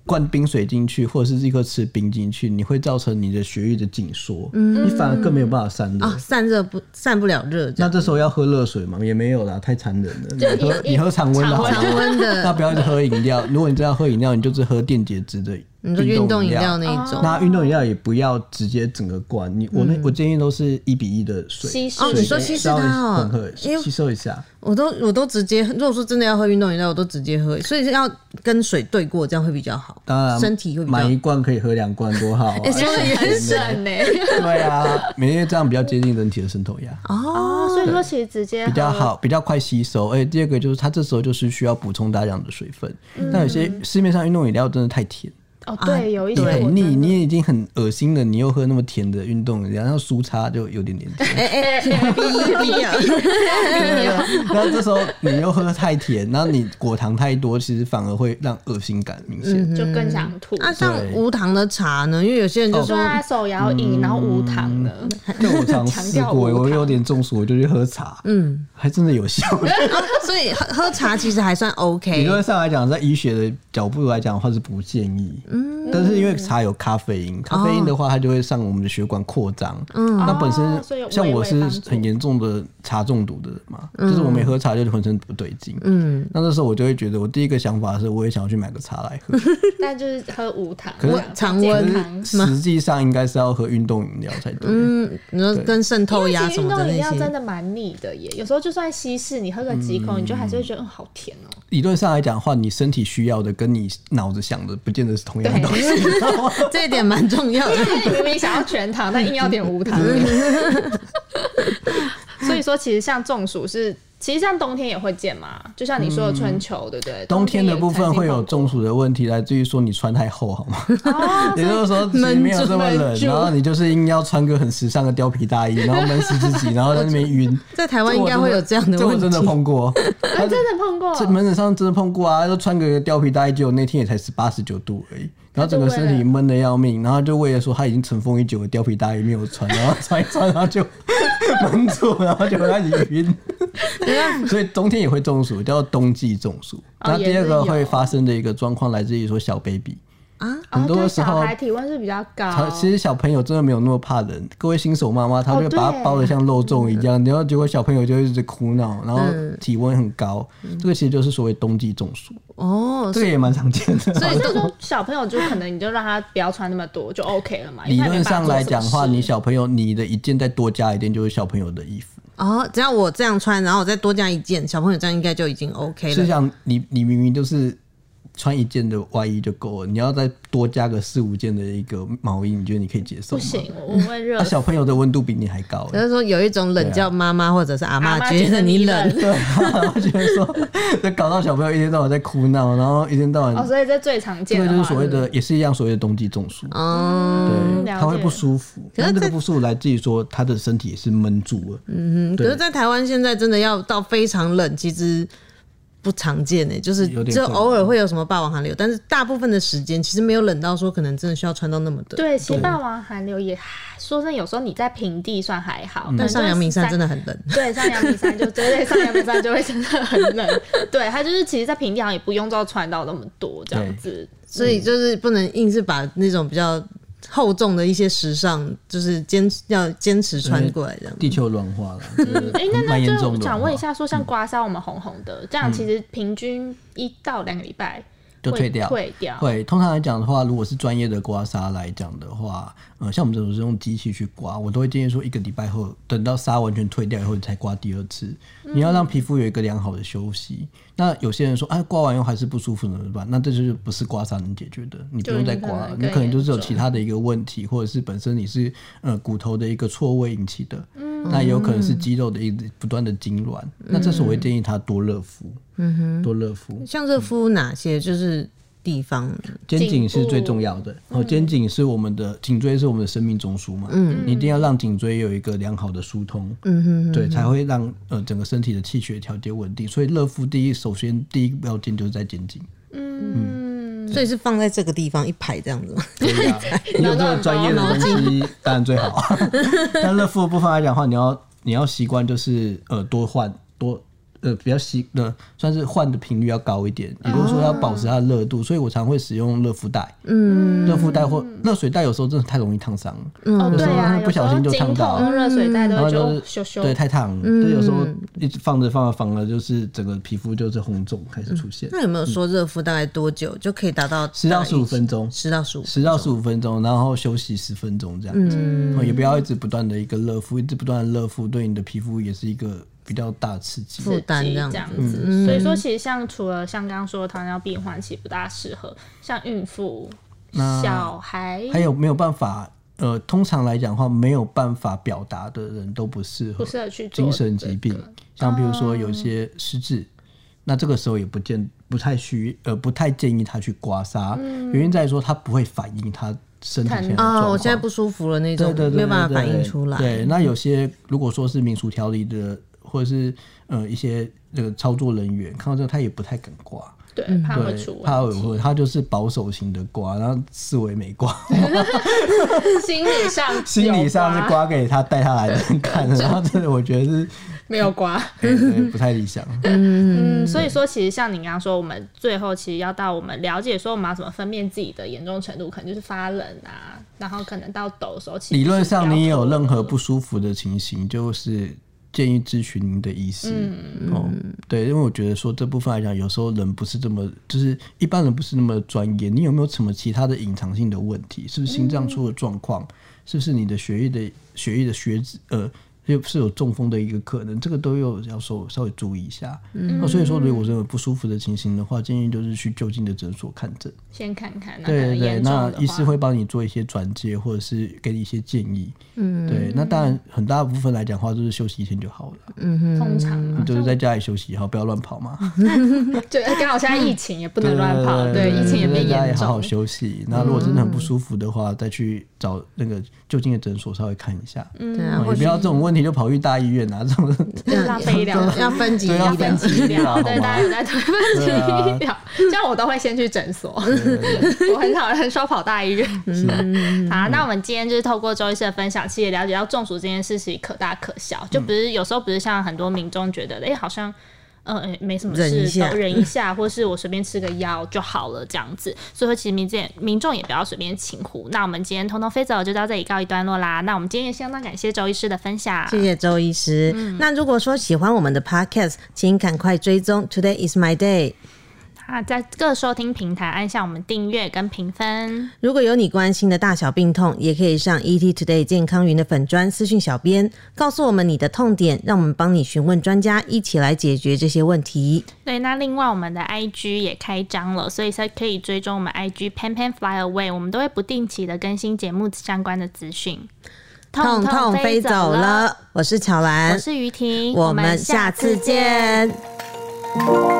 Speaker 3: 灌冰水进去，或者是立刻吃冰进去，你会造成你的血液的紧缩，
Speaker 1: 嗯
Speaker 3: 你反而更没有办法散热。
Speaker 1: 啊，散热不散不了热，这
Speaker 3: 那
Speaker 1: 样
Speaker 3: 这时候要喝热水吗？也没有啦，太残忍了。你
Speaker 2: 就
Speaker 3: 喝
Speaker 2: 一
Speaker 3: 你喝常温的好了，
Speaker 1: 常温
Speaker 3: 那
Speaker 1: 的，
Speaker 3: 不要去喝饮料。如果你真的要喝饮料，你就是喝电解质的
Speaker 1: 你说运动饮料
Speaker 3: 料
Speaker 1: 那一种。
Speaker 3: 那运动饮料也不要直接整个灌，你我那、我建议都是一比一的水，
Speaker 2: 稀释
Speaker 1: 哦你说
Speaker 3: 水
Speaker 1: 稀释
Speaker 3: 稍微
Speaker 1: 它哦
Speaker 3: 混合
Speaker 1: 哎呦
Speaker 3: 吸收一下，
Speaker 1: 我都我都直接，如果说真的要喝运动饮料，我都直接喝，所以是要跟水对过，这样会比较好，
Speaker 3: 当然
Speaker 1: 身体会比较
Speaker 3: 买一罐可以喝两罐，多好啊！
Speaker 1: 哎说得也
Speaker 2: 很省欸呢、
Speaker 3: 对啊，每天这样比较接近人体的渗透压，
Speaker 2: 哦，所以说其实直接
Speaker 3: 比较
Speaker 2: 喝
Speaker 3: 好，比较快吸收。而且第二个就是它这时候就是需要补充大量的水分。
Speaker 1: 嗯
Speaker 3: 那有些市面上运动饮料真的太甜，
Speaker 2: 哦，对，有一些
Speaker 3: 你
Speaker 2: 我
Speaker 3: 很腻，
Speaker 2: 真的
Speaker 3: 你也已经很恶心了，你又喝那么甜的运动饮料，然后苏茶就有点点甜。
Speaker 1: 哎哎哎，不一样，
Speaker 3: 然后这时候你又喝太甜，然后你果糖太多，其实反而会让恶心感明显。
Speaker 1: 嗯
Speaker 2: 就更想吐。
Speaker 1: 那啊像无糖的茶呢？因为有些人就
Speaker 2: 对
Speaker 1: 说，
Speaker 2: 啊，手摇饮，然后无 糖的，
Speaker 3: 但我尝试 过，
Speaker 2: 强调无
Speaker 3: 我
Speaker 2: 糖
Speaker 3: 有点中暑，我就去喝茶，嗯，哎还真的有 效。哦
Speaker 1: 所以喝喝茶其实还 算
Speaker 3: 理
Speaker 1: OK。
Speaker 3: 论上来讲，在医学的角度来讲的话是不建议，嗯，但是因为茶有咖啡因，咖啡因的话它就会上我们的血管扩张，嗯，那本
Speaker 2: 哦
Speaker 3: 身
Speaker 2: 所以有微
Speaker 3: 像我
Speaker 2: 微
Speaker 3: 是
Speaker 2: 帮助
Speaker 3: 很严重的茶中毒的人嘛，就是我没喝茶就浑身不对劲，嗯，那这时候我就会觉得，我第一个想法是，我也想要去买个茶来喝，
Speaker 2: 但就是喝无糖，
Speaker 3: 可是
Speaker 2: 这样
Speaker 1: 常
Speaker 2: 健
Speaker 1: 温
Speaker 2: 康
Speaker 3: 实际上应该是要喝运动饮料才对。
Speaker 1: 嗯，你说跟渗透
Speaker 2: 因为
Speaker 1: 压
Speaker 2: 其实
Speaker 1: 什
Speaker 2: 运
Speaker 1: 么的
Speaker 2: 动饮
Speaker 1: 那
Speaker 2: 料真
Speaker 1: 些，
Speaker 2: 的蛮腻的耶，有时候就算稀释，你喝个几口，你就还是会觉得嗯好甜 哦、
Speaker 3: 理论上来讲的话，你身体需要的跟你脑子想的不见得是同样的东西。你知道吗
Speaker 1: 这一点蛮重 要的。
Speaker 2: 但你明明想要全 糖，但硬要点无糖。所以说，其实像中暑是，其实像冬天也会见嘛，就像你说的春秋，对不对？
Speaker 3: 冬天的部分会有
Speaker 2: 嗯冬
Speaker 3: 中暑的问题，来自于说你穿太厚， 好吗？
Speaker 2: 天也曾经碰过。哦
Speaker 3: 也就是说，其实没有这么冷，然后你就是硬要穿个很时尚的貂皮大衣，然后闷死自己，然后在那边晕。
Speaker 1: 在 台湾应该会有这样的
Speaker 3: 这我
Speaker 1: 问
Speaker 3: 真的
Speaker 1: 题。
Speaker 3: 碰过，他
Speaker 2: 真的碰过，
Speaker 3: 这门诊上真的碰过啊，就穿个貂皮大衣，结果那天也才十八十九度而已，然后整个身体闷的要命，然后就为了说他已经尘封已久的貂皮大衣没有穿，然后穿一穿，然后就闷住，然后就开始 晕，所以冬天也会中暑，叫冬季中暑。
Speaker 2: 哦
Speaker 3: 那
Speaker 2: 也是
Speaker 3: 第二个会
Speaker 2: 有
Speaker 3: 发生的一个状况来自于说小 baby
Speaker 1: 啊
Speaker 3: 很多
Speaker 2: 哦对
Speaker 3: 时
Speaker 2: 小
Speaker 3: 候
Speaker 2: 孩体温是比较
Speaker 3: 他
Speaker 2: 高，
Speaker 3: 其实小朋友真的没有那么怕冷，各位新手妈妈，她
Speaker 2: 哦
Speaker 3: 就把
Speaker 2: 对
Speaker 3: 它包的像肉粽一样，然后结果小朋友就一直哭闹，然后
Speaker 2: 嗯
Speaker 3: 体温很高，这个其实就是所谓冬季中暑，
Speaker 1: 哦，
Speaker 3: 这个也蛮常见的。
Speaker 2: 所以就说小朋友就可能你就让他不要穿那么多就 OK 了嘛。
Speaker 3: 理
Speaker 2: 因为他也
Speaker 3: 论
Speaker 2: 没办法
Speaker 3: 上来讲的
Speaker 2: 做
Speaker 3: 话，
Speaker 2: 什么
Speaker 3: 你
Speaker 2: 事
Speaker 3: 小朋友你的一件再多加一件就是小朋友的衣服，
Speaker 1: 哦，只要我这样穿，然后我再多加一件，小朋友这样应该就已经 OK
Speaker 3: 就
Speaker 1: 了。
Speaker 3: 像你你明明就是穿一件的外衣就够了，你要再多加个四五件的一个毛衣，你觉得你可以接受
Speaker 2: 不
Speaker 3: 吗？
Speaker 2: 行，我我会热
Speaker 3: 那、。 小朋友的温度比你还高、欸
Speaker 1: 只是 说有一种冷叫妈妈或者是阿妈
Speaker 2: 妈啊妈
Speaker 1: 觉得你冷，
Speaker 3: 对啊，我觉得说，就搞到小朋友一天到晚在哭闹，然后一天到晚，
Speaker 2: 哦，所以这最常
Speaker 3: 这
Speaker 2: 见
Speaker 3: 个
Speaker 2: 的
Speaker 3: 就
Speaker 2: 话
Speaker 3: 是所谓的，也是一样所谓的冬季中暑，
Speaker 1: 嗯，
Speaker 2: 嗯
Speaker 3: 对，
Speaker 2: 了
Speaker 3: 他会
Speaker 2: 解
Speaker 3: 不舒服，
Speaker 1: 可是
Speaker 3: 但这个
Speaker 1: 这
Speaker 3: 不舒服来自于说他的身
Speaker 2: 嗯
Speaker 3: 体也是闷住了，
Speaker 1: 可是，在台湾现在真的要到非常冷，其实不常见诶、就是
Speaker 3: 有点
Speaker 1: 只有
Speaker 3: 困难
Speaker 1: 偶尔会有什么霸王寒流，但是大部分的时间其实没有冷到说可能真的需要穿到那么的。，
Speaker 2: 对，其实霸王寒流也还说真的，有时候你在平地算还好，
Speaker 3: 嗯
Speaker 2: 可能
Speaker 1: 但上阳明山
Speaker 2: 就是
Speaker 1: 真
Speaker 2: 嗯
Speaker 1: 的很冷。
Speaker 2: 对，上阳明山 就对对，上阳明山就会真的很冷。对，它就是其实，在平地好像也不用到穿到那么多这样子。
Speaker 1: 所以就是不能硬是把那种比较厚重的一些时尚，就是坚持要坚持穿过来这样。
Speaker 3: 地球软化 了，就是
Speaker 2: 哎、那
Speaker 3: 蛮
Speaker 2: 那
Speaker 3: 严重
Speaker 2: 就
Speaker 3: 的。
Speaker 2: 想问一，下，说
Speaker 3: 嗯
Speaker 2: 像刮痧我们红红的，这样其实平均一到两个礼拜
Speaker 3: 就
Speaker 2: 会
Speaker 3: 退掉
Speaker 2: 退掉。
Speaker 3: 会，啊通常来讲的话，如果是专业的刮痧来讲的话，呃，像我们这种是用机器去刮，我都会建议说一个礼拜后，等到痧完全退掉以后，你才刮第二次。你要让皮肤有一个良好的休息。那有些人说，哎，刮完以后还是不舒服，怎么办？那这就是不是刮痧能解决的，你不
Speaker 2: 就
Speaker 3: 用
Speaker 2: 是
Speaker 3: 再
Speaker 2: 你可
Speaker 3: 刮
Speaker 2: 能
Speaker 3: 了，你
Speaker 2: 更
Speaker 3: 可能
Speaker 2: 严
Speaker 3: 就是有
Speaker 2: 重
Speaker 3: 其他的一个问题，或者是本身你是呃骨头的一个错位引起的，那也有可能是肌肉的一直不断的痉挛。那这时候我会建议他多热敷，嗯哼，多热敷。
Speaker 1: 像热敷哪些就是地方？
Speaker 3: 肩颈是最
Speaker 2: 颈部
Speaker 3: 重要的，哦，肩颈是我们的颈椎是我们的生命中枢嘛，嗯，你一定要让颈椎有一个良好的疏通，嗯哼对，才会让呃整个身体的气血调节稳定。所以热敷第一，首先第一要件就是在肩颈，
Speaker 2: 嗯，
Speaker 1: 所以是放在这个地方一排这样子吗？
Speaker 3: 对啊，你有这种专业的东西当然最好。 但热敷的部分来讲的话，你要你要习惯就是呃多换多呃比较习呃算是换的频率要高一点，也就是说要保持它的热度，所以我常会使用热敷袋，嗯，热敷袋或热水袋有时候真的太容易烫伤了，
Speaker 2: 哦，
Speaker 3: 有时
Speaker 2: 对
Speaker 3: 候
Speaker 2: 啊，
Speaker 3: 不小嗯心就
Speaker 2: 有时候
Speaker 3: 烫
Speaker 2: 经
Speaker 3: 到
Speaker 2: 痛、热水袋都
Speaker 3: 然
Speaker 2: 会
Speaker 3: 后就
Speaker 2: 就是嗯咻咻。
Speaker 3: 对太烫了，对有时候一直放着放着放着就是整个皮肤就是红肿开始出现，
Speaker 2: 嗯
Speaker 1: 那有没有说热敷大概多久就可以达到
Speaker 3: 十到十五分钟，
Speaker 1: 十到十五？
Speaker 3: 十到十五分钟，然后休息十分钟这样子，
Speaker 2: 嗯
Speaker 3: 哦也不要一直不断的一个热敷，一直不断的热敷，对你的皮肤也是一个比较大的刺激。
Speaker 1: 负担
Speaker 2: 这
Speaker 1: 这样
Speaker 2: 样
Speaker 1: 子
Speaker 2: 子，
Speaker 3: 嗯
Speaker 2: 所以说其实像除了像刚刚说的糖尿病患，其实不大适合，像孕妇、小孩
Speaker 3: 还有没有办法？呃，通常来讲的话，没有办法表达的人都不适合
Speaker 2: 不，适合去做
Speaker 3: 精神疾病
Speaker 2: 这个，
Speaker 3: 像比如说有些失智，那这个时候也不见不太需呃不太建议他去刮痧，原因在于说他不会反映他身体
Speaker 2: 疼
Speaker 3: 现在的状
Speaker 1: 啊、
Speaker 3: 况。
Speaker 1: 我现在不舒服了那种，
Speaker 3: 对对对，
Speaker 1: 没有办法
Speaker 3: 对
Speaker 1: 反映
Speaker 3: 对
Speaker 1: 出来。
Speaker 3: 对，那有些如果说是民俗条例的，或者是呃一些这个操作人员看到这个，他也不太敢刮。
Speaker 2: 对，怕会
Speaker 3: 对
Speaker 2: 出，问
Speaker 3: 怕
Speaker 2: 题
Speaker 3: 会他就是保守型的刮，然后视为没刮，
Speaker 2: 心理上
Speaker 3: 心理上是
Speaker 2: 刮
Speaker 3: 刮给他带他来的人看，然后这个我觉得是
Speaker 2: 没有刮。
Speaker 3: 对对不太理想。
Speaker 2: 嗯，所以说其实像你刚刚说，我们最后其实要到我们了解说我们要怎么分辨自己的严重程度，可能就是发冷啊，然后可能到抖的时候，其实
Speaker 3: 理论
Speaker 2: 就
Speaker 3: 上
Speaker 2: 是
Speaker 3: 你有
Speaker 2: 比较
Speaker 3: 任何不舒服的情形，就是建议咨询您的医师。
Speaker 2: 嗯
Speaker 3: 哦，对，因为我觉得说这部分来讲，有时候人不是这么，就是一般人不是那么专业。你有没有什么其他的隐藏性的问题？是不是心
Speaker 2: 嗯
Speaker 3: 脏出了状况？是不是你的血液的血液的血脂呃？就是有中风的一个可能，这个都有要稍稍微注意一下。嗯、所以说，如果真的有不舒服的情形的话，建议就是去就近的诊所看诊。
Speaker 2: 先看啊看那可
Speaker 3: 对
Speaker 2: 能
Speaker 3: 对，
Speaker 2: 严重
Speaker 3: 那
Speaker 2: 的
Speaker 3: 医师
Speaker 2: 话
Speaker 3: 会帮你做一些转介，或者是给你一些建议。嗯，对，那当然很大部分来讲的话，就是休息一天就好了，
Speaker 2: 通常嘛
Speaker 3: 你就是在家里休息好，不要乱跑嘛。
Speaker 2: 就哎刚好现在疫情也不能 乱跑，
Speaker 3: 嗯对，
Speaker 2: 疫情也没
Speaker 3: 在家里
Speaker 2: 严
Speaker 3: 好好
Speaker 2: 重，嗯
Speaker 3: 休息。那如果真的很不舒服的话，再去找那个就近的诊所稍微看一下。嗯，
Speaker 1: 对啊，
Speaker 3: 也
Speaker 1: 或
Speaker 3: 不
Speaker 1: 许
Speaker 3: 要这种问题就跑去大医院啊，这种
Speaker 2: 就是浪费医疗
Speaker 1: 要分级医
Speaker 3: 对啊要
Speaker 1: 疗，
Speaker 3: 分级医疗好
Speaker 2: 对，大家
Speaker 3: 吗？啊
Speaker 2: 有在推分级医疗，像我都会先去诊所， 我很少很少跑大医 院。嗯好，
Speaker 3: 嗯
Speaker 2: 那我们今天就是透过周医师的分享，其实也了解到中暑这件事情可大可小，
Speaker 3: 嗯
Speaker 2: 就不是有时候不是像很多民众觉得，哎、好像。呃，诶没什么
Speaker 1: 忍一
Speaker 2: 事，
Speaker 1: 下
Speaker 2: 都忍一下，或是我随便吃个药就好了，这样子。所以说，其实民间民众也不要随便轻忽。那我们今天通通飞走就到这里告一段落啦。那我们今天也相当感谢周医师的分享，
Speaker 1: 谢谢周医师。
Speaker 2: 嗯
Speaker 1: 那如果说喜欢我们的 podcast，请赶快追踪 Today is my day。
Speaker 2: 啊，在各收听平台按下我们订阅跟评分。
Speaker 1: 如果有你关心的大小病痛，也可以上 ET Today 健康云的粉砖私讯小编，告诉我们你的痛点，让我们帮你询问专家，一起来解决这些问题。
Speaker 2: 对，那另外我们的 IG 也开张了，所以才可以追踪我们 IG Pan Pan Fly Away，我们都会不定期的更新节目相关的资讯。
Speaker 1: 痛痛飞走，了，我是巧
Speaker 2: 我
Speaker 1: 兰，
Speaker 2: 是于婷，
Speaker 1: 我们下次见。
Speaker 2: 见。